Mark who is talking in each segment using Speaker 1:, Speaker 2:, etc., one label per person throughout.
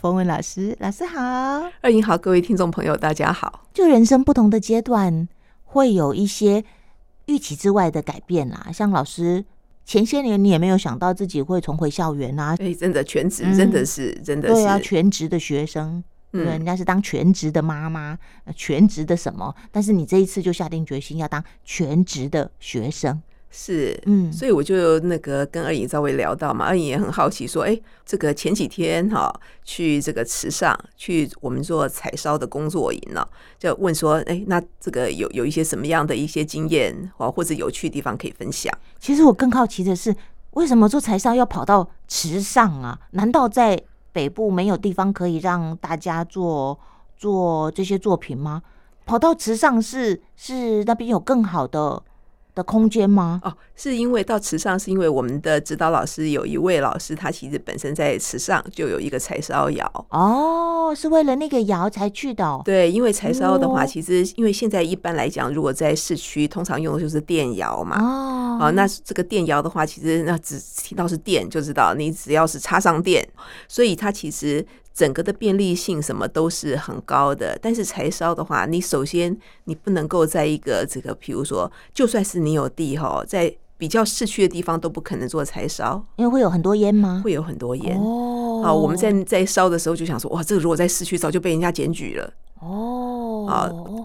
Speaker 1: 冯文老师，老师好。
Speaker 2: 二营好，各位听众朋友，大家好。
Speaker 1: 就人生不同的阶段，会有一些预期之外的改变啦。像老师前些年，你也没有想到自己会重回校园啊，
Speaker 2: 哎，真的全职
Speaker 1: 嗯，
Speaker 2: 真的是，真的
Speaker 1: 对
Speaker 2: 是，
Speaker 1: 啊，全职的学生，对不对，人
Speaker 2: 嗯，
Speaker 1: 家是当全职的妈妈，呃全职的什么？但是你这一次就下定决心要当全职的学生，
Speaker 2: 是。
Speaker 1: 嗯，
Speaker 2: 所以我就那个跟二颖稍微聊到嘛，二颖也很好奇说，哎，这个前几天哈、去这个池上去我们做柴烧的工作营呢、就问说，哎，那这个有有一些什么样的一些经验或或者有趣的地方可以分享？
Speaker 1: 其实我更好奇的是，为什么做柴烧要跑到池上啊？难道在北部没有地方可以让大家做做这些作品吗？跑到池上是是那边有更好的的空间吗？
Speaker 2: 哦，是因为到池上，是因为我们的指导老师有一位老师，他其实本身在池上就有一个柴烧窑。
Speaker 1: 哦，是为了那个窑才去的、哦。
Speaker 2: 对，因为柴烧的话，
Speaker 1: 哦
Speaker 2: 其实因为现在一般来讲，如果在市区，通常用的就是电窑嘛。
Speaker 1: 哦，
Speaker 2: 啊，那这个电窑的话，其实那只听到是电就知道，你只要是插上电，所以它其实整个的便利性什么都是很高的。但是柴烧的话，你首先你不能够在一个这个，比如说，就算是你有地哈，在比较市区的地方都不可能做柴烧，
Speaker 1: 因为会有很多烟吗？
Speaker 2: 会有很多烟。
Speaker 1: 哦，
Speaker 2: 啊，我们在在烧的时候就想说，哇，这个如果在市区烧就被人家检举了。
Speaker 1: 哦
Speaker 2: 啊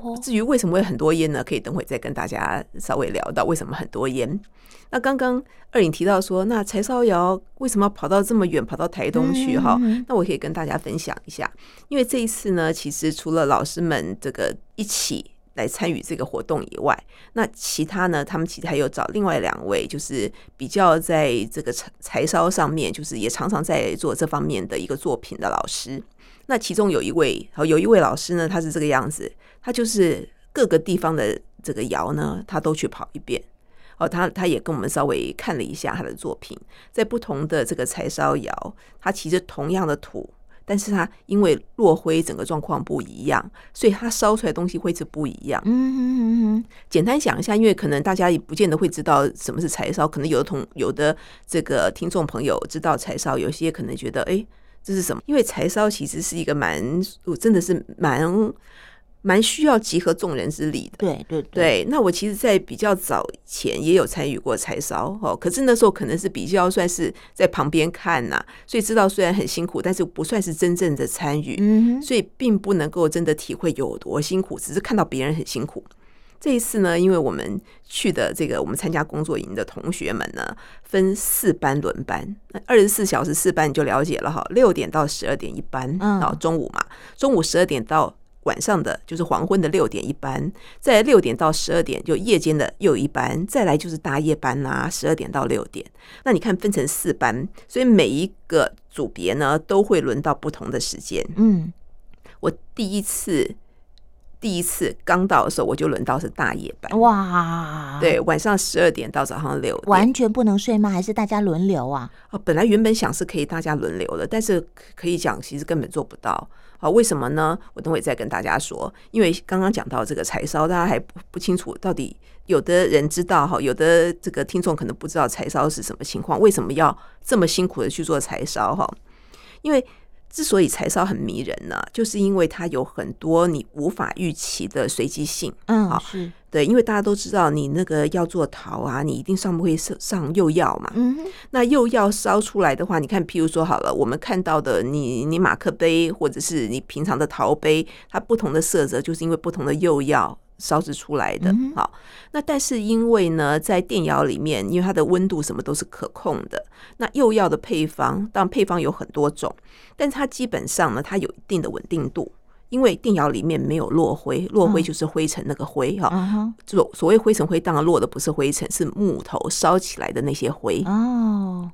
Speaker 1: 哦
Speaker 2: 至于为什么会很多烟呢？可以等会再跟大家稍微聊到为什么很多烟。那刚刚二颖提到说，那柴烧窑为什么要跑到这么远，跑到台东去哈？
Speaker 1: 嗯嗯嗯
Speaker 2: 那我可以跟大家分享一下，因为这一次呢，其实除了老师们这个一起来参与这个活动以外，那其他呢，他们其实还有找另外两位，就是比较在这个柴柴烧上面，就是也常常在做这方面的一个作品的老师。那其中有一位，好有一位老师呢，他是这个样子，他就是各个地方的这个窑呢，他都去跑一遍。哦，他他也跟我们稍微看了一下他的作品，在不同的这个柴烧窑，它其实同样的土，但是它因为落灰整个状况不一样，所以它烧出来的东西会是不一样。
Speaker 1: 嗯嗯嗯嗯
Speaker 2: 简单讲一下，因为可能大家也不见得会知道什么是柴烧，可能有的同有的这个听众朋友知道柴烧，有些可能觉得哎、诶这是什么？因为柴烧其实是一个蛮，我真的是蛮蛮需要集合众人之力的。
Speaker 1: 对对对，
Speaker 2: 对，那我其实，在比较早以前也有参与过柴烧哦，可是那时候可能是比较算是在旁边看呐、所以知道虽然很辛苦，但是不算是真正的参与。
Speaker 1: 嗯哼
Speaker 2: 所以并不能够真的体会有多辛苦，只是看到别人很辛苦。这一次呢，因为我们去的这个我们参加工作营的同学们呢，分四班轮班，那二十四小时四班你就了解了哈，六点到十二点一班，
Speaker 1: 嗯
Speaker 2: 啊、中午嘛，中午十二点到晚上的就是黄昏的六点一班，再六点到十二点就夜间的又一班，再来就是大夜班啦、十二点到六点。那你看分成四班，所以每一个组别呢都会轮到不同的时间，
Speaker 1: 嗯
Speaker 2: 我第一次第一次刚到的时候，我就轮到是大夜班，
Speaker 1: 哦哇，
Speaker 2: 对，晚上十二点到早上六点。
Speaker 1: 完全不能睡吗？还是大家轮流啊？
Speaker 2: 哦，本来原本想是可以大家轮流的，但是可可以讲，其实根本做不到。好、为什么呢？我等会再跟大家说，因为刚刚讲到这个柴烧，大家还不不清楚到底有的人知道哈，有的这个听众可能不知道柴烧是什么情况，为什么要这么辛苦的去做柴烧哈？因为之所以柴烧很迷人呢、就是因为它有很多你无法预期的随机性。
Speaker 1: 嗯，
Speaker 2: 好
Speaker 1: 是，
Speaker 2: 对，因为大家都知道，你那个要做陶啊，你一定上不会上上釉药嘛。
Speaker 1: 嗯哼，
Speaker 2: 那釉药烧出来的话，你看，譬如说好了，我们看到的你你马克杯或者是你平常的陶杯，它不同的色泽，就是因为不同的釉药烧制出来的
Speaker 1: 嗯。
Speaker 2: 好，那但是因为呢，在电窑里面，因为它的温度什么都是可控的，那釉药的配方，当然配方有很多种，但是它基本上呢，它有一定的稳定度。因为电窑里面没有落灰，落灰
Speaker 1: 嗯
Speaker 2: 就是灰尘那个灰哈、
Speaker 1: 啊哈，
Speaker 2: 所所谓灰尘灰，当然落的不是灰尘，是木头烧起来的那些灰。
Speaker 1: 哦，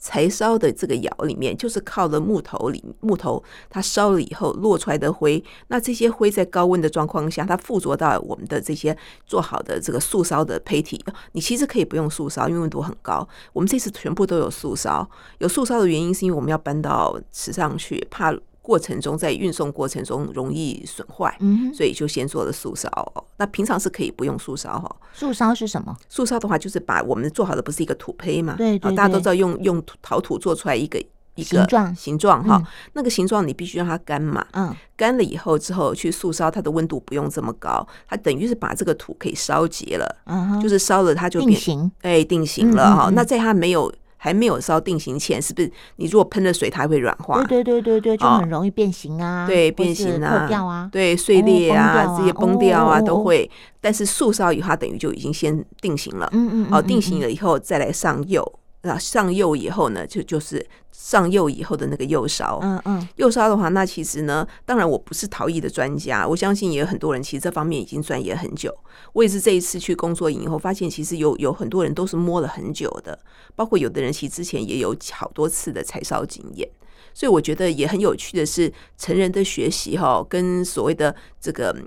Speaker 2: 柴烧的这个窑里面，就是靠了木头里木头，它烧了以后落出来的灰。那这些灰在高温的状况下，它附着到我们的这些做好的这个素烧的胚体。你其实可以不用素烧，因为温度很高。我们这次全部都有素烧，有素烧的原因是因为我们要搬到池上去，怕过程中在运送过程中容易损坏。
Speaker 1: 嗯哼，
Speaker 2: 所以就先做了素烧哦，那平常是可以不用素烧哈、哦，
Speaker 1: 树梢是什么？
Speaker 2: 素烧的话，就是把我们做好的不是一个土坯嘛？
Speaker 1: 对对
Speaker 2: 啊大家
Speaker 1: 对
Speaker 2: 都知道用用土陶土做出来一个一个
Speaker 1: 形状
Speaker 2: 形状哈
Speaker 1: 嗯，
Speaker 2: 那个形状你必须让它干嘛，
Speaker 1: 嗯
Speaker 2: 干了以后之后去速烧，它的温度不用这么高，它等于是把这个土可以烧结了，
Speaker 1: 嗯哼，
Speaker 2: 就是是烧了它就
Speaker 1: 定
Speaker 2: 变
Speaker 1: 型，
Speaker 2: 哎定型
Speaker 1: 嗯
Speaker 2: 了哈、
Speaker 1: 嗯嗯
Speaker 2: 那在它没有还没有烧定型前，是不是你如果喷了水，它会软化？
Speaker 1: 对对对对对，就
Speaker 2: 哦
Speaker 1: 很容易变形啊，
Speaker 2: 对
Speaker 1: 或
Speaker 2: 变
Speaker 1: 是
Speaker 2: 形
Speaker 1: 破
Speaker 2: 啊
Speaker 1: 掉啊，
Speaker 2: 对碎裂
Speaker 1: 崩
Speaker 2: 啊，
Speaker 1: 掉啊
Speaker 2: 这些崩掉啊
Speaker 1: 哦哦哦
Speaker 2: 都会，但是速烧以后它等于就已经先定型了，
Speaker 1: 嗯嗯，
Speaker 2: 哦，
Speaker 1: 嗯
Speaker 2: 定
Speaker 1: 嗯嗯
Speaker 2: 型了以后再来上釉，那上釉以后呢，就就是上釉以后的那个釉烧，
Speaker 1: 嗯嗯
Speaker 2: 釉烧的话，那其实呢，当然我不是陶艺的专家，我相信也有很多人其实这方面已经钻研很久。我也是这一次去工作营以后，发现其实有有很多人都是摸了很久的，包括有的人其实之前也有好多次的柴烧经验。所以我觉得也很有趣的是，成人的学习哈、跟所谓的这个嗯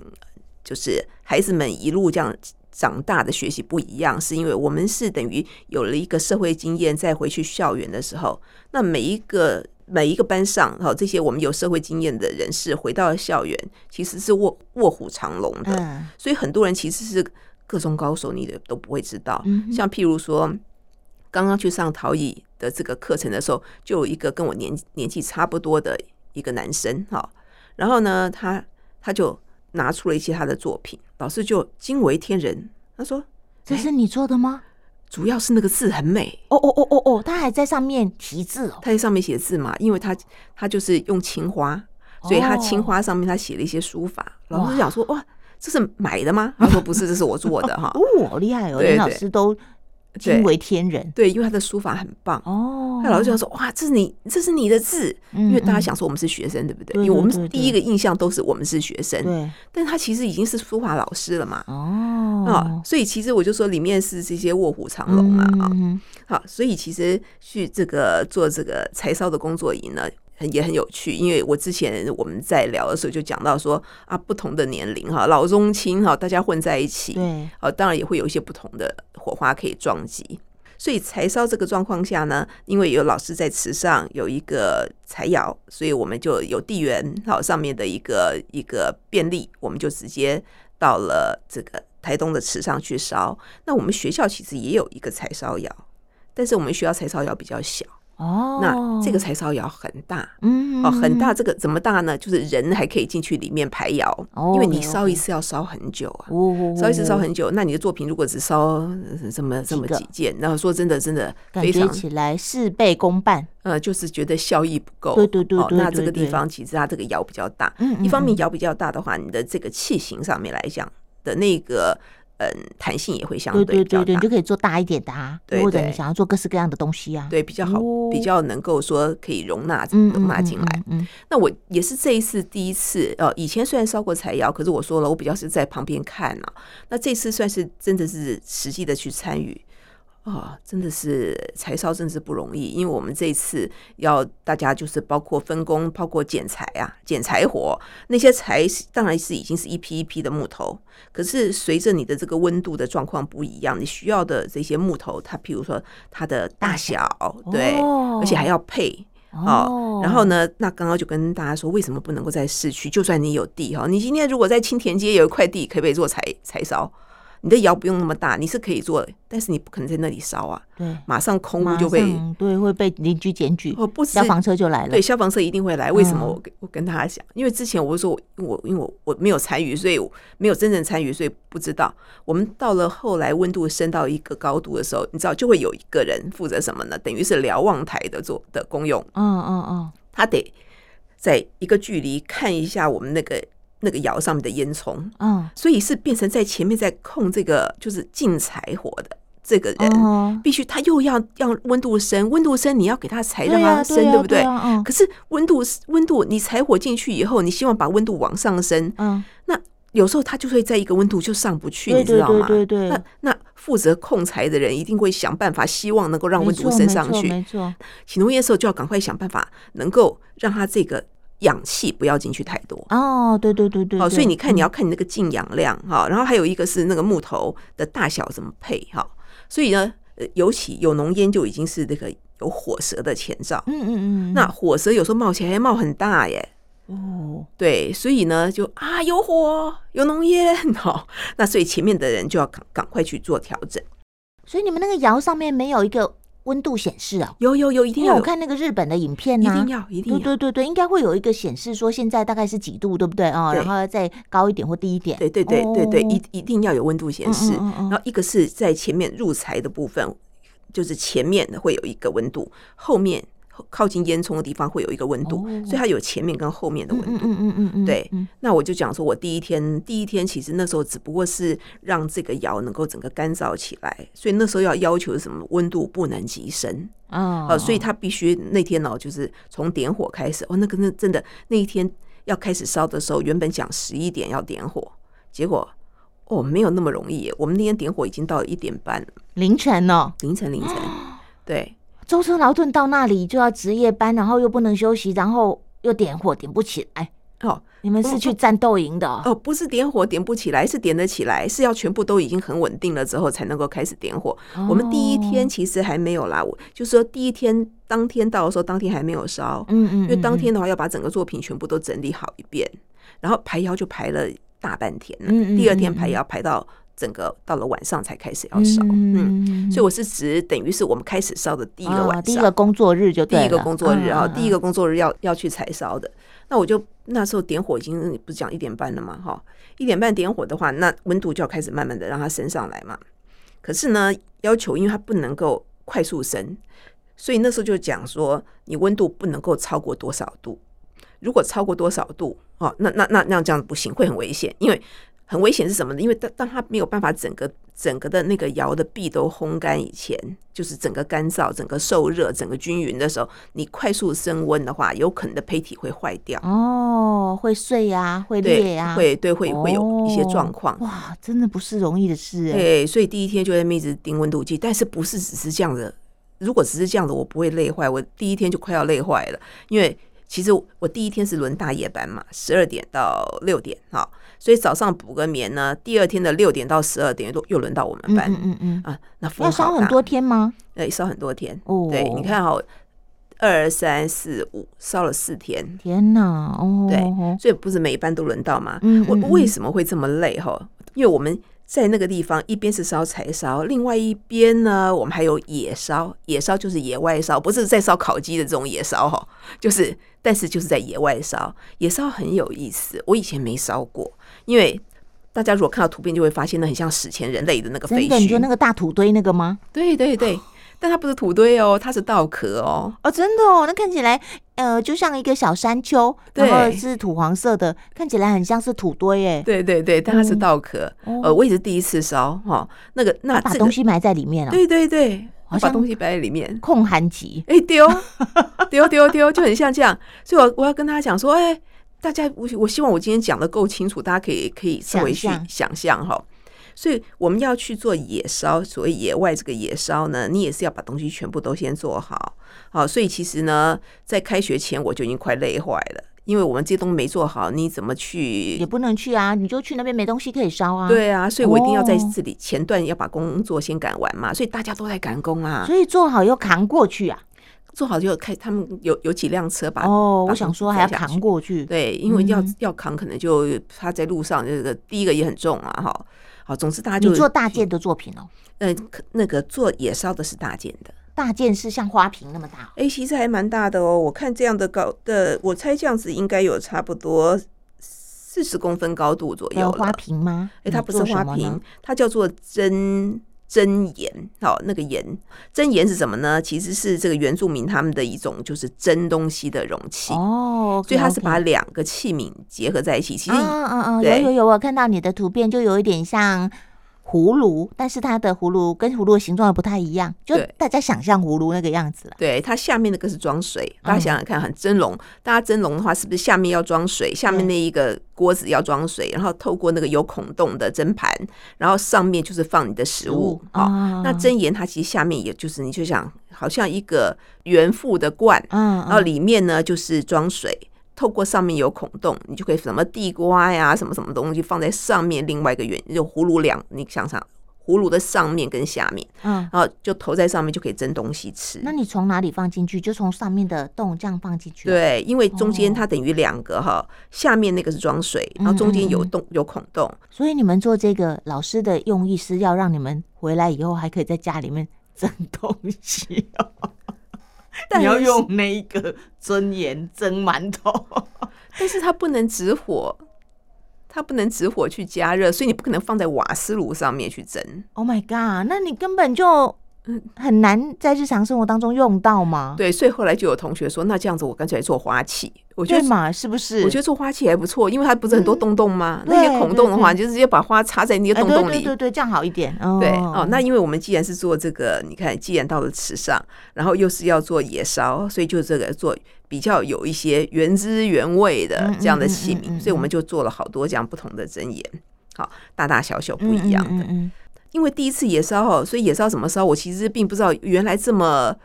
Speaker 2: 就是孩子们一路这样。长大的学习不一样，是因为我们是等于有了一个社会经验，再回去校园的时候，那每一个每一个班上，好这些我们有社会经验的人士回到校园，其实是卧卧虎藏龙的。
Speaker 1: 嗯
Speaker 2: 所以很多人其实是各中高手，你的都不会知道。
Speaker 1: 嗯哼
Speaker 2: 像譬如说，刚刚去上陶艺的这个课程的时候，就有一个跟我年年纪差不多的一个男生哈，然后呢，他他就拿出了一些他的作品，老师就惊为天人，他说
Speaker 1: 这是你做的吗？
Speaker 2: 主要是那个字很美。
Speaker 1: 哦哦哦哦哦，他还在上面题字哦，
Speaker 2: 他在上面写字嘛，因为他他就是用青花，所以他
Speaker 1: 哦
Speaker 2: 青花上面他写了一些书法。
Speaker 1: 哇
Speaker 2: 然后我就想说，哇，这是买的吗？他说不是，这是我做的 哈。
Speaker 1: 哦，好厉害哦，
Speaker 2: 对
Speaker 1: 林老
Speaker 2: 对
Speaker 1: 师都惊为天人
Speaker 2: 对，因为他的书法很棒。
Speaker 1: 哦。
Speaker 2: 那老师就说：“哇，这是你，这是你的字。”
Speaker 1: 嗯
Speaker 2: 因为大家
Speaker 1: 嗯
Speaker 2: 想说我们是学生，对不对？
Speaker 1: 对
Speaker 2: 因为我
Speaker 1: 对对
Speaker 2: 们第一个印象都是我们是学生，
Speaker 1: 对
Speaker 2: 但他其实已经是书法老师了嘛。啊
Speaker 1: 哦，，
Speaker 2: 所以其实我就说里面是这些卧虎藏龙啊啊，
Speaker 1: 嗯
Speaker 2: 好，所以其实去这个做这个柴烧的工作营呢。很也很有趣，因为我之前我们在聊的时候就讲到说啊，不同的年龄哈，老中青哈，大家混在一起，
Speaker 1: 对，
Speaker 2: 呃，当然也会有一些不同的火花可以撞击。所以柴烧这个状况下呢，因为有老师在池上有一个柴窑，所以我们就有地缘好上面的一个一个便利，我们就直接到了这个台东的池上去烧。那我们学校其实也有一个柴烧窑，但是我们学校柴烧窑比较小，
Speaker 1: 哦，
Speaker 2: 那这个柴烧窑很大。
Speaker 1: 嗯
Speaker 2: 哦，很大，这个怎么大呢？就是人还可以进去里面排窑，因为你
Speaker 1: 哦，OK，OK
Speaker 2: 烧一次要烧很久啊。
Speaker 1: 哦，
Speaker 2: 烧一次烧很久，那你的作品如果只烧呃这么这么
Speaker 1: 几个
Speaker 2: 几件，然后说真的真的
Speaker 1: 感
Speaker 2: 非
Speaker 1: 觉
Speaker 2: 常
Speaker 1: 起来事倍功半，
Speaker 2: 呃，就是觉得效益不够。
Speaker 1: 对对对
Speaker 2: 哦
Speaker 1: 对
Speaker 2: 那
Speaker 1: 对
Speaker 2: 这个地
Speaker 1: 对
Speaker 2: 方其实它这个窑比较大，
Speaker 1: 嗯
Speaker 2: 一方面
Speaker 1: 嗯
Speaker 2: 窑比较大的话，你的这个器型上面来讲的那个嗯弹性也会相
Speaker 1: 对对
Speaker 2: 比较
Speaker 1: 对对，
Speaker 2: 大
Speaker 1: 你，就可以做大一点的啊，
Speaker 2: 对
Speaker 1: 或者
Speaker 2: 对
Speaker 1: 你想要做各式各样的东西啊，
Speaker 2: 对比较好，比
Speaker 1: 哦
Speaker 2: 较能够说可以容纳
Speaker 1: 嗯，嗯，
Speaker 2: 容纳
Speaker 1: 嗯
Speaker 2: 进来。，
Speaker 1: 嗯嗯
Speaker 2: 那我也是这一次第一次，呃，以前虽然烧过柴窑，可是我说了，我比较是在旁边看啊。那这次算是真的是实际的去参与，啊、真的是柴烧真的是不容易，因为我们这一次要大家就是包括分工，包括剪柴啊，剪柴火那些柴是当然是已经是一批一批的木头，可是随着你的这个温度的状况不一样，你需要的这些木头，它譬如说它的大小，对，
Speaker 1: 哦
Speaker 2: 而且还要配。哦然后呢，那刚刚就跟大家说，为什么不能够在市区？就算你有地哈，你今天如果在青田街有一块地，可不可以做柴柴烧？你的窑不用那么大，你是可以做，但是你不可能在那里烧啊，
Speaker 1: 对，
Speaker 2: 马上空屋
Speaker 1: 马
Speaker 2: 就被
Speaker 1: 上对会被邻居检举，
Speaker 2: 哦，不是
Speaker 1: 消防车就来了
Speaker 2: 对，，消防车一定会来。为什么
Speaker 1: 嗯
Speaker 2: 我跟我跟大家讲？因为之前我说我我因为我我没有参与，所以我没有真正参与，所以不知道。我们到了后来温度升到一个高度的时候，你知道就会有一个人负责什么呢？等于是瞭望台的做的功用，
Speaker 1: 嗯嗯嗯，
Speaker 2: 他得在一个距离看一下我们那个那个窑上面的烟囱，
Speaker 1: 嗯，
Speaker 2: 所以是变成在前面在控这个就是进柴火的这个人。
Speaker 1: 嗯，
Speaker 2: 必须，他又要让温度升，温度升，你要给它柴让
Speaker 1: 呀
Speaker 2: 它
Speaker 1: 对
Speaker 2: 升，
Speaker 1: 呀
Speaker 2: 对不对？
Speaker 1: 呀嗯
Speaker 2: 可是温度是温度，你柴火进去以后，你希望把温度往上升，
Speaker 1: 嗯，
Speaker 2: 那有时候它就会在一个温度就上不去，
Speaker 1: 对
Speaker 2: 你知
Speaker 1: 对
Speaker 2: 道
Speaker 1: 对
Speaker 2: 吗？
Speaker 1: 对对，
Speaker 2: 那那负责控柴的人一定会想办法，希望能够让
Speaker 1: 没
Speaker 2: 温度
Speaker 1: 错
Speaker 2: 升
Speaker 1: 没
Speaker 2: 上
Speaker 1: 错
Speaker 2: 去。
Speaker 1: 没错，
Speaker 2: 起浓烟的时候就要赶快想办法，能够让它这个氧气不要进去太多。
Speaker 1: 哦，对对对对，
Speaker 2: 哦，
Speaker 1: 对
Speaker 2: 所以你看，
Speaker 1: 嗯
Speaker 2: 你要看你那个净氧量哈、然后还有一个是那个木头的大小怎么配哈、所以呢，呃，尤其有浓烟就已经是那个有火舌的前兆。
Speaker 1: 嗯嗯嗯，
Speaker 2: 那火舌有时候冒起来冒很大耶，
Speaker 1: 哦，
Speaker 2: 对，所以呢就啊有火有浓烟哦，那所以前面的人就要赶赶快去做调整。
Speaker 1: 所以你们那个窑上面没有一个温度显示啊？
Speaker 2: 有有有，一定
Speaker 1: 因为
Speaker 2: 要
Speaker 1: 我
Speaker 2: 有，
Speaker 1: 看那个日本的影片
Speaker 2: 一
Speaker 1: 呢、
Speaker 2: 定要一定
Speaker 1: 对
Speaker 2: 要，
Speaker 1: 对对对，应该会有一个显示说现在大概是几度，对不对哦？
Speaker 2: 对
Speaker 1: 然后再高一点或低一点。
Speaker 2: 对对对对对，
Speaker 1: 哦
Speaker 2: 一一定要有温度显示。
Speaker 1: 嗯嗯嗯嗯
Speaker 2: 然后一个是在前面入材的部分，就是前面会有一个温度，后面后靠近烟囱的地方会有一个温度，
Speaker 1: 哦
Speaker 2: 所以它有前面跟后面的温度。
Speaker 1: 嗯嗯嗯嗯嗯，
Speaker 2: 对
Speaker 1: 嗯
Speaker 2: 那我就讲说，我第一天第一天其实那时候只不过是让这个窑能够整个干燥起来，所以那时候要要求什么温度不能急升，
Speaker 1: 啊
Speaker 2: 呃，所以它必须那天哦，就是从点火开始，哦，那个那真的那一天要开始烧的时候，原本讲十一点要点火，结果哦没有那么容易耶，我们那天点火已经到一点半了，
Speaker 1: 凌晨哦，
Speaker 2: 凌 晨凌晨，对
Speaker 1: 舟车劳顿到那里就要值夜班，然后又不能休息，然后又点火点不起来。
Speaker 2: 哦
Speaker 1: 你们是去战斗营的哦？
Speaker 2: 哦，不是点火点不起来，是点得起来，是要全部都已经很稳定了之后才能够开始点火。嗯我们第一天
Speaker 1: 哦，
Speaker 2: 其实还没有啦，我就说第一天当天到的时候，当天还没有烧，
Speaker 1: 嗯嗯，
Speaker 2: 因为
Speaker 1: 嗯，
Speaker 2: 当天的话要把整个作品全部都整理好一遍，然后排窑就排了大半天了。
Speaker 1: 嗯嗯
Speaker 2: 第二天
Speaker 1: 嗯
Speaker 2: 排
Speaker 1: 嗯
Speaker 2: 窑排到整个到了晚上才开始要
Speaker 1: 嗯
Speaker 2: 烧，嗯，
Speaker 1: 嗯
Speaker 2: 所以我是指等于是我们开始烧的
Speaker 1: 第
Speaker 2: 第一个晚上，
Speaker 1: 第一个工作日就
Speaker 2: 第
Speaker 1: 对
Speaker 2: 一个
Speaker 1: 了
Speaker 2: 工作日啊，
Speaker 1: 嗯嗯
Speaker 2: 第一个工作日要要去柴烧的。那我就那时候点火已经不是讲一点半了嘛，哈，一点半点火的话，那温度就要开始慢慢的让它升上来嘛。可是呢，要求因为它不能够快速升，所以那时候就讲说，你温度不能够超过多少度。如果超过多少度，哦，那那那那这样不行，会很危险，因为。很危险是什么呢？因为当当它没有办法整个整个的那个窑的壁都烘干以前，就是整个干燥、整个受热、整个均匀的时候，你快速升温的话，有可能的胚体会坏掉，
Speaker 1: 哦，会碎呀，会裂
Speaker 2: 对，
Speaker 1: 呀，
Speaker 2: 会对会会有一些
Speaker 1: 哦
Speaker 2: 状况。
Speaker 1: 哇，真的不是容易的事哎。
Speaker 2: 对，所以第一天就在那边一直盯温度计，但是不是只是这样的？如果只是这样的，我不会累坏，我第一天就快要累坏了，因为其实我第一天是轮大夜班嘛，十二点到六点哈，所以早上补个眠呢，第二天的六点到十二点又又轮到我们
Speaker 1: 嗯
Speaker 2: 班、
Speaker 1: 嗯嗯嗯，
Speaker 2: 啊，那风
Speaker 1: 要烧
Speaker 2: 好
Speaker 1: 很
Speaker 2: 大
Speaker 1: 多，天吗？
Speaker 2: 对，烧很多天，
Speaker 1: 哦，
Speaker 2: 对，你，看好、二三四五烧了四天，
Speaker 1: 天哪，哦，
Speaker 2: 对
Speaker 1: 哦
Speaker 2: 所以不是每一班都轮到吗？
Speaker 1: 嗯
Speaker 2: 我
Speaker 1: 嗯嗯
Speaker 2: 为什么会这么累哈？因为我们在那个地方，一边是烧柴烧，另外一边呢，我们还有野烧。野烧就是野外烧，不是在烧烤鸡的这种野烧哈，就是但是就是在野外烧。野烧很有意思，我以前没烧过，因为大家如果看到图片就会发现，那很像史前人类的那个废
Speaker 1: 真的，你
Speaker 2: 墟
Speaker 1: 就。那个哦大土堆那个吗？
Speaker 2: 对对对，但它不是土堆哦，它是稻壳哦。
Speaker 1: 哦，真的哦，那看起来呃，就像一个小山丘，然后
Speaker 2: 对
Speaker 1: 是土黄色的，看起来很像是土堆哎。
Speaker 2: 对对对，但它是稻壳。
Speaker 1: 哦
Speaker 2: 呃，我也是第一次烧哈、那个那
Speaker 1: 把
Speaker 2: 这个
Speaker 1: 东西埋在里面了、
Speaker 2: 对对对，
Speaker 1: 好
Speaker 2: 我把
Speaker 1: 像
Speaker 2: 东西摆在里面。
Speaker 1: 控寒极。
Speaker 2: 哎、丢丢丢丢，就很像这样。所以我我要跟大家讲说，哎、大家我我希望我今天讲的够清楚，大家可以可以稍微去
Speaker 1: 想象
Speaker 2: 想象哈。所以我们要去做野烧，所谓野外这个野烧呢，你也是要把东西全部都先做好。好，所以其实呢，在开学前我就已经快累坏了，因为我们这些东西没做好，你怎么去
Speaker 1: 也不能去啊，你就去那边没东西可以烧啊。，
Speaker 2: 对啊，所以我一定要在
Speaker 1: 哦
Speaker 2: 这里前段要把工作先赶完嘛，所以大家都在赶工啊，
Speaker 1: 所以做好又扛过去啊。
Speaker 2: 做好就开他们有有几辆车把。
Speaker 1: 哦，
Speaker 2: 把
Speaker 1: 我想
Speaker 2: 东西
Speaker 1: 说还要
Speaker 2: 载下
Speaker 1: 扛
Speaker 2: 去
Speaker 1: 过去。
Speaker 2: 对，因为要、
Speaker 1: 嗯
Speaker 2: 要扛，可能就他在路上这个第一个也很重啊，哈。好，总之大家就
Speaker 1: 你做大件的作品哦，
Speaker 2: 呃可那个做野烧的是大件的，
Speaker 1: 大件是像花瓶那么大哦。
Speaker 2: 哎、其实还蛮大的哦。我看这样的高的，我猜这样子应该有差不多四十公分高度左右
Speaker 1: 呃
Speaker 2: 了。
Speaker 1: 花瓶吗？
Speaker 2: 哎、它
Speaker 1: 你
Speaker 2: 不是
Speaker 1: 做什
Speaker 2: 花
Speaker 1: 么
Speaker 2: 瓶
Speaker 1: 呢，，
Speaker 2: 它叫做真真盐。好、那个盐，真盐是什么呢？其实是这个原住民他们的一种就是蒸东西的容器，
Speaker 1: 哦，
Speaker 2: 所以它是
Speaker 1: OK，OK
Speaker 2: 把两个器皿结合在一起。其实
Speaker 1: 啊啊啊！有
Speaker 2: 对
Speaker 1: 有有，我看到你的图片，就有一点像葫芦，但是它的葫芦跟葫芦的形状又不太一样，就
Speaker 2: 对
Speaker 1: 大家想象葫芦那个样子了。
Speaker 2: 对，它下面那个是装水，大家
Speaker 1: 嗯
Speaker 2: 想想看，很蒸笼。大家蒸笼的话，是不是下面要装水？下面
Speaker 1: 对
Speaker 2: 那一个锅子要装水，然后透过那个有孔洞的蒸盘，然后上面就是放你的食物。好、
Speaker 1: 啊，
Speaker 2: 那蒸盐它其实下面也就是，你就想好像一个圆腹的罐，
Speaker 1: 嗯，
Speaker 2: 然后
Speaker 1: 嗯
Speaker 2: 里面呢就是装水，透过上面有孔洞，你就可以什么地瓜呀、什么什么东西放在上面，另外一个圆就葫芦两，你想想葫芦的上面跟下面，
Speaker 1: 嗯，
Speaker 2: 然后就投在上面就可以蒸东西吃
Speaker 1: 那。你从哪里放进去？就从上面的洞这样放进去。，
Speaker 2: 对，因为中间
Speaker 1: 哦嗯
Speaker 2: 它等于两个哈，下面那个是装水，然后中间有洞有孔洞，
Speaker 1: 所以你们做这个老师的用意是要让你们回来以后还可以在家里面真东西哦，
Speaker 2: 但
Speaker 1: 你要
Speaker 2: 是
Speaker 1: 用那一个蒸盐蒸馒头。
Speaker 2: 但是它不能直火，它不能直火去加热，所以你不可能放在瓦斯炉上面去蒸。
Speaker 1: Oh my god！那你根本就很难在日常生活当中用到嘛？
Speaker 2: 对，所以后来就有同学说，那这样子我干脆来做花器。我觉
Speaker 1: 对
Speaker 2: 得
Speaker 1: 嘛？是不是？嗯
Speaker 2: 我觉得做花器还不错，因为它不是很多洞洞吗？那
Speaker 1: 对
Speaker 2: 些孔
Speaker 1: 对
Speaker 2: 洞的话，
Speaker 1: 对
Speaker 2: 你就直接把花插在那些
Speaker 1: 哎
Speaker 2: 洞洞里。
Speaker 1: 对对对对，这样好一点。哦
Speaker 2: 对哦，那因为我们既然是做这个，你看，既然到了池上，然后又是要做野烧，所以就这个做比较有一些原汁原味的
Speaker 1: 嗯
Speaker 2: 这样的
Speaker 1: 嗯嗯
Speaker 2: 器
Speaker 1: 嗯
Speaker 2: 皿，
Speaker 1: 嗯
Speaker 2: 所以我
Speaker 1: 嗯
Speaker 2: 们就做了好多这样不同的蒸盐，好，大大小小不一样的。
Speaker 1: 嗯嗯嗯
Speaker 2: 因为第一次野烧哦，所以野烧怎么烧，我其实并不知道原来这么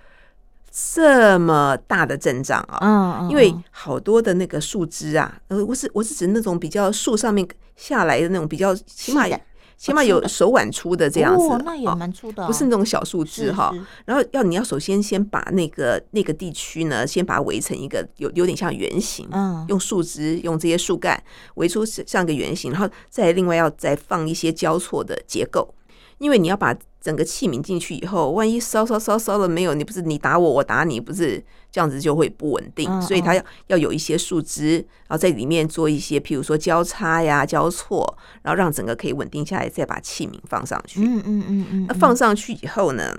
Speaker 2: 这么大的阵仗啊、
Speaker 1: 嗯嗯，
Speaker 2: 因为好多的那个树枝啊，呃，我是我是指那种比较树上面下来的那种比较，起码
Speaker 1: 细的
Speaker 2: 起码
Speaker 1: 粗
Speaker 2: 有
Speaker 1: 的
Speaker 2: 手腕粗的这样子，
Speaker 1: 哦那也
Speaker 2: 哦
Speaker 1: 蛮粗的哦，
Speaker 2: 不是那种小树枝
Speaker 1: 是
Speaker 2: 哈
Speaker 1: 是。
Speaker 2: 然后要你要首先先把那个那个地区呢，先把它围成一个有有点像圆形，
Speaker 1: 嗯
Speaker 2: 用树枝用这些树干围出像一个圆形，然后再另外要再放一些交错的结构，因为你要把整个器皿进去以后，万一烧烧烧烧了没有，你不是你打我我打你，不是这样子就会不稳定，
Speaker 1: 嗯
Speaker 2: 所以它要要有一些树枝，然后在里面做一些，譬如说交叉呀、交错，然后让整个可以稳定下来，再把器皿放上去。
Speaker 1: 嗯嗯嗯嗯，
Speaker 2: 那
Speaker 1: 嗯
Speaker 2: 放上去以后呢，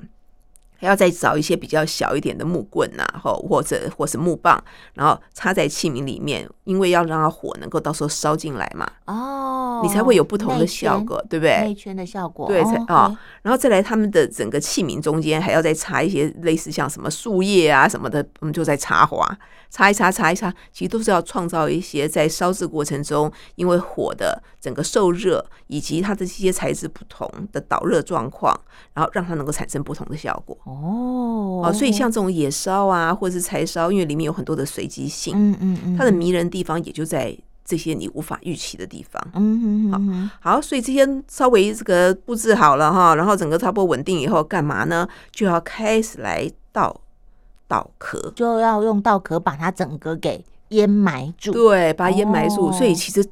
Speaker 2: 还要再找一些比较小一点的木棍呐、啊，或或者或是木棒，然后插在器皿里面，因为要让它火能够到时候烧进来嘛，
Speaker 1: 哦，
Speaker 2: 你才会有不同的
Speaker 1: 内
Speaker 2: 效
Speaker 1: 圈，
Speaker 2: 果，对不对
Speaker 1: 内？圈的效果，
Speaker 2: 对，才
Speaker 1: 哦
Speaker 2: 啊、
Speaker 1: ，OK
Speaker 2: 然后再来他们的整个器皿中间还要再插一些类似像什么树叶啊什么的，我们就在插花，插一插，插一插，其实都是要创造一些在烧制过程中，因为火的整个受热以及它的这些材质不同的导热状况，然后让它能够产生不同的效果。
Speaker 1: 哦
Speaker 2: 哦，所以像这种野烧啊，或者是柴烧，因为里面有很多的随机性，
Speaker 1: 嗯嗯嗯，
Speaker 2: 它的迷人地方也就在这些你无法预期的地方。
Speaker 1: 嗯嗯嗯嗯
Speaker 2: 好，所以这些稍微这个布置好了哈，然后整个差不多稳定以后，干嘛呢？就要开始来倒倒壳，
Speaker 1: 就要用稻壳把它整个给淹埋住，
Speaker 2: 对，把它掩埋住。
Speaker 1: 哦
Speaker 2: 所以其实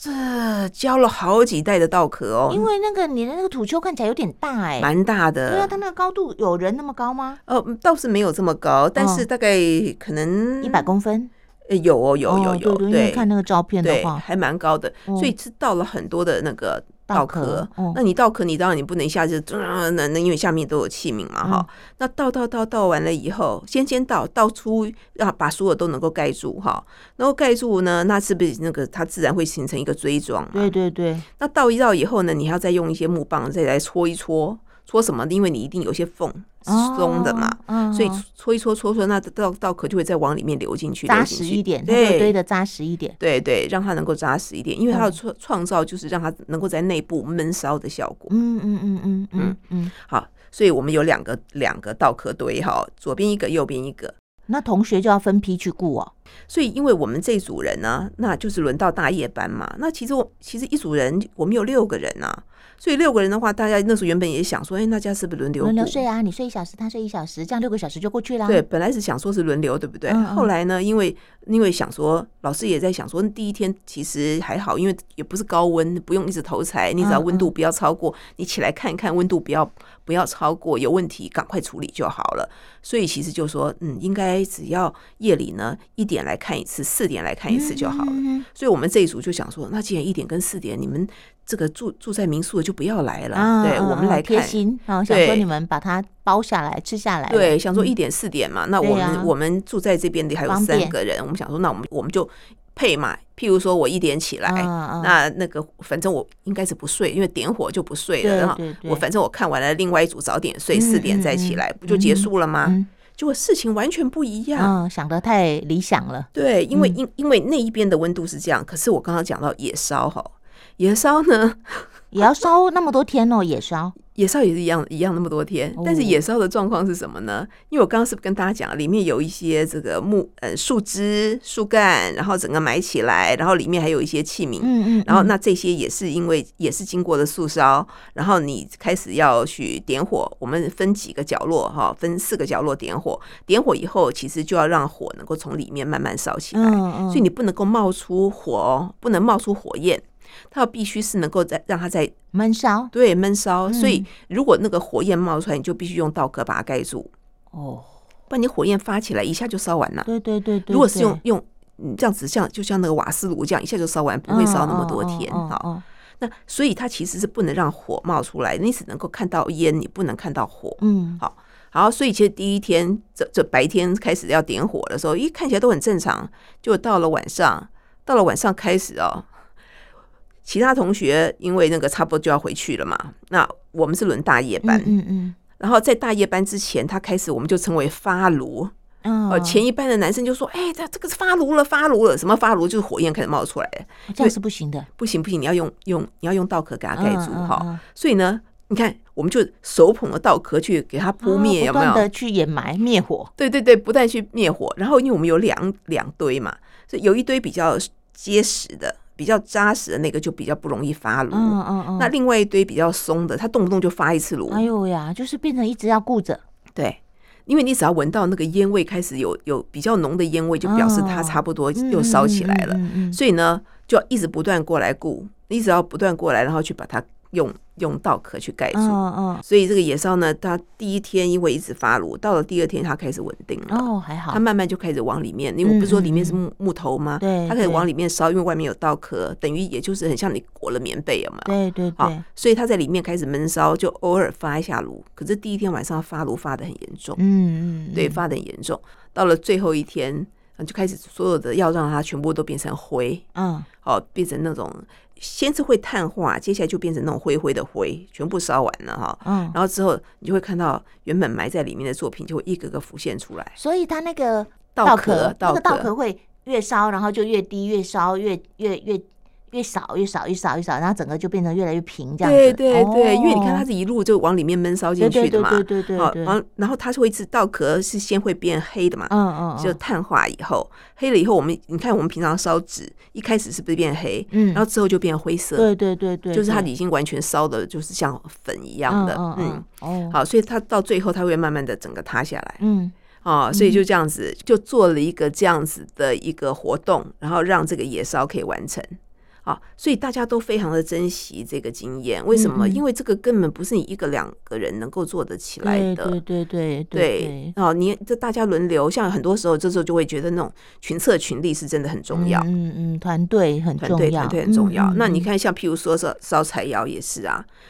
Speaker 2: 这教了好几代的倒壳哦，
Speaker 1: 因为那个你的那个土丘看起来有点大哎、
Speaker 2: 蛮大
Speaker 1: 对啊，
Speaker 2: 的
Speaker 1: 它。那个高度有人那么高吗？
Speaker 2: 呃，倒是没有这么高，但是
Speaker 1: 嗯
Speaker 2: 大概可能
Speaker 1: 一百公分？
Speaker 2: 呃有哦，有有
Speaker 1: 哦
Speaker 2: 有，
Speaker 1: 对对，因为看那个照片的
Speaker 2: 对，
Speaker 1: 话，
Speaker 2: 还蛮高的，
Speaker 1: 嗯
Speaker 2: 所以是到了很多的那个稻
Speaker 1: 稻
Speaker 2: 壳
Speaker 1: 壳。嗯
Speaker 2: 那你稻壳，你当然你不能一下就那那、因为下面都有器皿嘛
Speaker 1: 嗯
Speaker 2: 哈。那倒倒倒倒完了以后，先先倒倒出，让把所有都能够盖住哈。能够盖住呢，那是不是那个它自然会形成一个锥状嘛？
Speaker 1: 对对对，
Speaker 2: 那倒一倒以后呢，你还要再用一些木棒再来戳一戳，戳什么？因为你一定有些缝是松的嘛。
Speaker 1: 哦，嗯
Speaker 2: 所以
Speaker 1: 嗯
Speaker 2: 戳一戳，戳一戳，那稻稻壳就会再往里面流进去，
Speaker 1: 扎
Speaker 2: 流进
Speaker 1: 实
Speaker 2: 去
Speaker 1: 一点，它就
Speaker 2: 对，
Speaker 1: 堆的扎实一点。
Speaker 2: 对对，让它能够扎实一点，因为它的
Speaker 1: 嗯
Speaker 2: 创创造就是让它能够在内部闷烧的效果。
Speaker 1: 嗯嗯嗯嗯嗯嗯。
Speaker 2: 好，所以我们有两个两个稻壳堆哈，左边一个，右边一个。
Speaker 1: 那同学就要分批去雇哦。
Speaker 2: 所以，因为我们这组人呢，那就是轮到大夜班嘛。那其实我其实一组人我们有六个人啊，所以六个人的话，大家那时候原本也想说，哎，大家是不是轮流
Speaker 1: 轮流
Speaker 2: 顾
Speaker 1: 睡啊，你睡一小时，他睡一小时，这样六个小时就过去啦。
Speaker 2: 对，，本来是想说是轮流，对不对？
Speaker 1: 啊嗯嗯
Speaker 2: 后来呢，因为因为想说，老师也在想说，第一天其实还好，因为也不是高温，不用一直投柴，你只要
Speaker 1: 嗯
Speaker 2: 温度
Speaker 1: 嗯
Speaker 2: 不要超过，你起来看一看温度不要不要超过，有问题赶快处理就好了。所以其实就说，嗯，应该只要夜里呢一点来看一次，四点来看一次就好了。
Speaker 1: 嗯
Speaker 2: 所以我们这一组就想说，那既然一点跟四点，你们这个住住在民宿的就不要来了，
Speaker 1: 啊，
Speaker 2: 对我们
Speaker 1: 嗯
Speaker 2: 来
Speaker 1: 贴
Speaker 2: 看。
Speaker 1: 心啊，想说
Speaker 2: 对
Speaker 1: 你们把它包下来吃下来。嗯
Speaker 2: 对，想说一点四点嘛，那
Speaker 1: 对
Speaker 2: 我们、
Speaker 1: 啊
Speaker 2: 我们住在这边的还有
Speaker 1: 方
Speaker 2: 三
Speaker 1: 便
Speaker 2: 个人，我们想说，那我们我们就配嘛。譬如说我一点起来，
Speaker 1: 嗯，嗯
Speaker 2: 那那个反正我应该是不睡，因为点火就不睡了。
Speaker 1: 对
Speaker 2: 然后
Speaker 1: 对
Speaker 2: 我
Speaker 1: 对
Speaker 2: 反正我看完了另外一组早点睡，
Speaker 1: 嗯
Speaker 2: 四点再
Speaker 1: 嗯
Speaker 2: 起来，
Speaker 1: 嗯
Speaker 2: 不就结束了吗？
Speaker 1: 嗯
Speaker 2: 结果事情完全不一样。
Speaker 1: 嗯，想的太理想了。
Speaker 2: 对，因为
Speaker 1: 嗯
Speaker 2: 因因为那一边的温度是这样，可是我刚刚讲到野烧哈，野烧呢，
Speaker 1: 也要烧那么多天哦，也烧。
Speaker 2: 野烧也是一样一样那么多天
Speaker 1: 哦，
Speaker 2: 但是野烧的状况是什么呢？因为我刚刚是不是跟大家讲，里面有一些这个木呃树枝、树干，然后整个埋起来，然后里面还有一些器皿。
Speaker 1: 嗯嗯，
Speaker 2: 然后
Speaker 1: 嗯
Speaker 2: 那这些也是因为也是经过了速烧，然后你开始要去点火。我们分几个角落哈，分四个角落点火。点火以后，其实就要让火能够从里面慢慢烧起来。
Speaker 1: 嗯嗯，
Speaker 2: 所以你不能够冒出火哦，不能冒出火焰。它必须是能够在让它在
Speaker 1: 闷烧
Speaker 2: 对闷烧，所以
Speaker 1: 嗯
Speaker 2: 如果那个火焰冒出来，你就必须用稻壳把它盖住，
Speaker 1: 哦，
Speaker 2: 不然你火焰发起来一下就烧完了。
Speaker 1: 对对对对，
Speaker 2: 如果是用
Speaker 1: 对
Speaker 2: 用嗯这样子像就像那个瓦斯炉这样一下就烧完，不会烧那么多天
Speaker 1: 嗯嗯嗯
Speaker 2: 哈、
Speaker 1: 嗯嗯
Speaker 2: 那所以它其实是不能让火冒出来，你只能够看到烟，你不能看到火。
Speaker 1: 嗯，
Speaker 2: 好，所以其实第一天这这白天开始要点火的时候，咦，看起来都很正常。就到了晚上，到了晚上开始哦，其他同学因为那个差不多就要回去了嘛，那我们是轮大夜班，
Speaker 1: 嗯嗯
Speaker 2: 然后在大夜班之前，他开始我们就称为发炉。
Speaker 1: 嗯，
Speaker 2: 呃，前一班的男生就说：“哎、这这个是发炉了，发炉了，什么发炉？就是火焰开始冒出来了，
Speaker 1: 这样是不行的，
Speaker 2: 不行不行，你要用用你要用稻壳给它
Speaker 1: 嗯
Speaker 2: 盖住
Speaker 1: 嗯
Speaker 2: 哈。
Speaker 1: 嗯
Speaker 2: 所以呢，你看，我们就手捧着稻壳去给它扑灭，
Speaker 1: 啊
Speaker 2: 有
Speaker 1: 不
Speaker 2: 没
Speaker 1: 断
Speaker 2: 有？
Speaker 1: 的去掩埋灭火，
Speaker 2: 对对对，不但去灭火，然后因为我们有两两堆嘛，所以有一堆比较结实的、比较扎实的那个就比较不容易发炉，
Speaker 1: 嗯嗯嗯，
Speaker 2: 那另外一堆比较松的，它动不动就发一次炉。
Speaker 1: 哎呦呀，就是变成一直要顾着，
Speaker 2: 对，因为你只要闻到那个烟味开始有有比较浓的烟味，就表示它
Speaker 1: 哦
Speaker 2: 差不多
Speaker 1: 嗯
Speaker 2: 又烧起来了。
Speaker 1: 嗯嗯嗯嗯
Speaker 2: 所以呢，就要一直不断过来顾，你只要不断过来，然后去把它用用稻壳去盖住。
Speaker 1: 嗯嗯
Speaker 2: 所以这个野烧呢，它第一天因为一直发炉，到了第二天它开始稳定了。
Speaker 1: 嗯，哦还好
Speaker 2: 它，慢慢就开始往里面，因为我不是说
Speaker 1: 嗯嗯
Speaker 2: 里面是木木头吗？
Speaker 1: 对
Speaker 2: 它可以
Speaker 1: 对
Speaker 2: 往里面烧，因为外面有稻壳，等于也就是很像你裹了棉被，有没
Speaker 1: 对
Speaker 2: 有？
Speaker 1: 对
Speaker 2: 好嗯
Speaker 1: 对，，嗯
Speaker 2: 所以它在里面开始闷烧，就偶尔发一下炉。可是第一天晚上发炉发的很严重，
Speaker 1: 嗯嗯，
Speaker 2: 对，
Speaker 1: 嗯
Speaker 2: 发的很严重。到了最后一天，呃就开始所有的要让它全部都变成灰，
Speaker 1: 嗯
Speaker 2: 哦，变成那种先是会碳化，接下来就变成那种灰灰的灰，全部烧完了哈。
Speaker 1: 嗯，
Speaker 2: 然后之后你就会看到原本埋在里面的作品就会一个个浮现出来，
Speaker 1: 所以它那个
Speaker 2: 稻壳
Speaker 1: 壳，，那个稻
Speaker 2: 壳，
Speaker 1: 壳会越烧，然后就越低，越烧越越越越少，越少，越少，越少，然后整个就变成越来越平这样子。
Speaker 2: 对对对，
Speaker 1: 哦
Speaker 2: 因为你看它是一路就往里面闷烧进
Speaker 1: 对对
Speaker 2: 去的
Speaker 1: 对
Speaker 2: 嘛，
Speaker 1: 对对对
Speaker 2: 好，
Speaker 1: 对，
Speaker 2: 然后然后它是会一直稻壳是先会变黑的嘛，
Speaker 1: 嗯嗯，
Speaker 2: 就
Speaker 1: 嗯
Speaker 2: 碳化以后黑了以后，我们你看我们平常烧纸一开始是不是变黑，
Speaker 1: 嗯，
Speaker 2: 然后之后就变灰色，
Speaker 1: 对对对对，
Speaker 2: 就是它
Speaker 1: 对
Speaker 2: 已经完全烧的就是像粉一样的，
Speaker 1: 嗯
Speaker 2: 嗯
Speaker 1: 嗯，嗯，哦，
Speaker 2: 好，所以它到最后它会慢慢的整个塌下来。
Speaker 1: 嗯
Speaker 2: 啊、所以就这样子，就做了一个这样子的一个活动，然后让这个野烧可以完成。啊、所以大家都非常的珍惜这个经验。为什么？
Speaker 1: 嗯嗯
Speaker 2: 因为这个根本不是你一个两个人能够做得起来
Speaker 1: 对
Speaker 2: 的。
Speaker 1: 对对对对，
Speaker 2: 哦，你这大家轮流，像很多时候这时候就会觉得那种群策群力是真的很重要，
Speaker 1: 嗯嗯嗯，团队很
Speaker 2: 团
Speaker 1: 重
Speaker 2: 队
Speaker 1: 要，
Speaker 2: 团队很重
Speaker 1: 嗯
Speaker 2: 要。那你，
Speaker 1: 嗯嗯
Speaker 2: 看，像譬如说烧烧柴窑也是啊，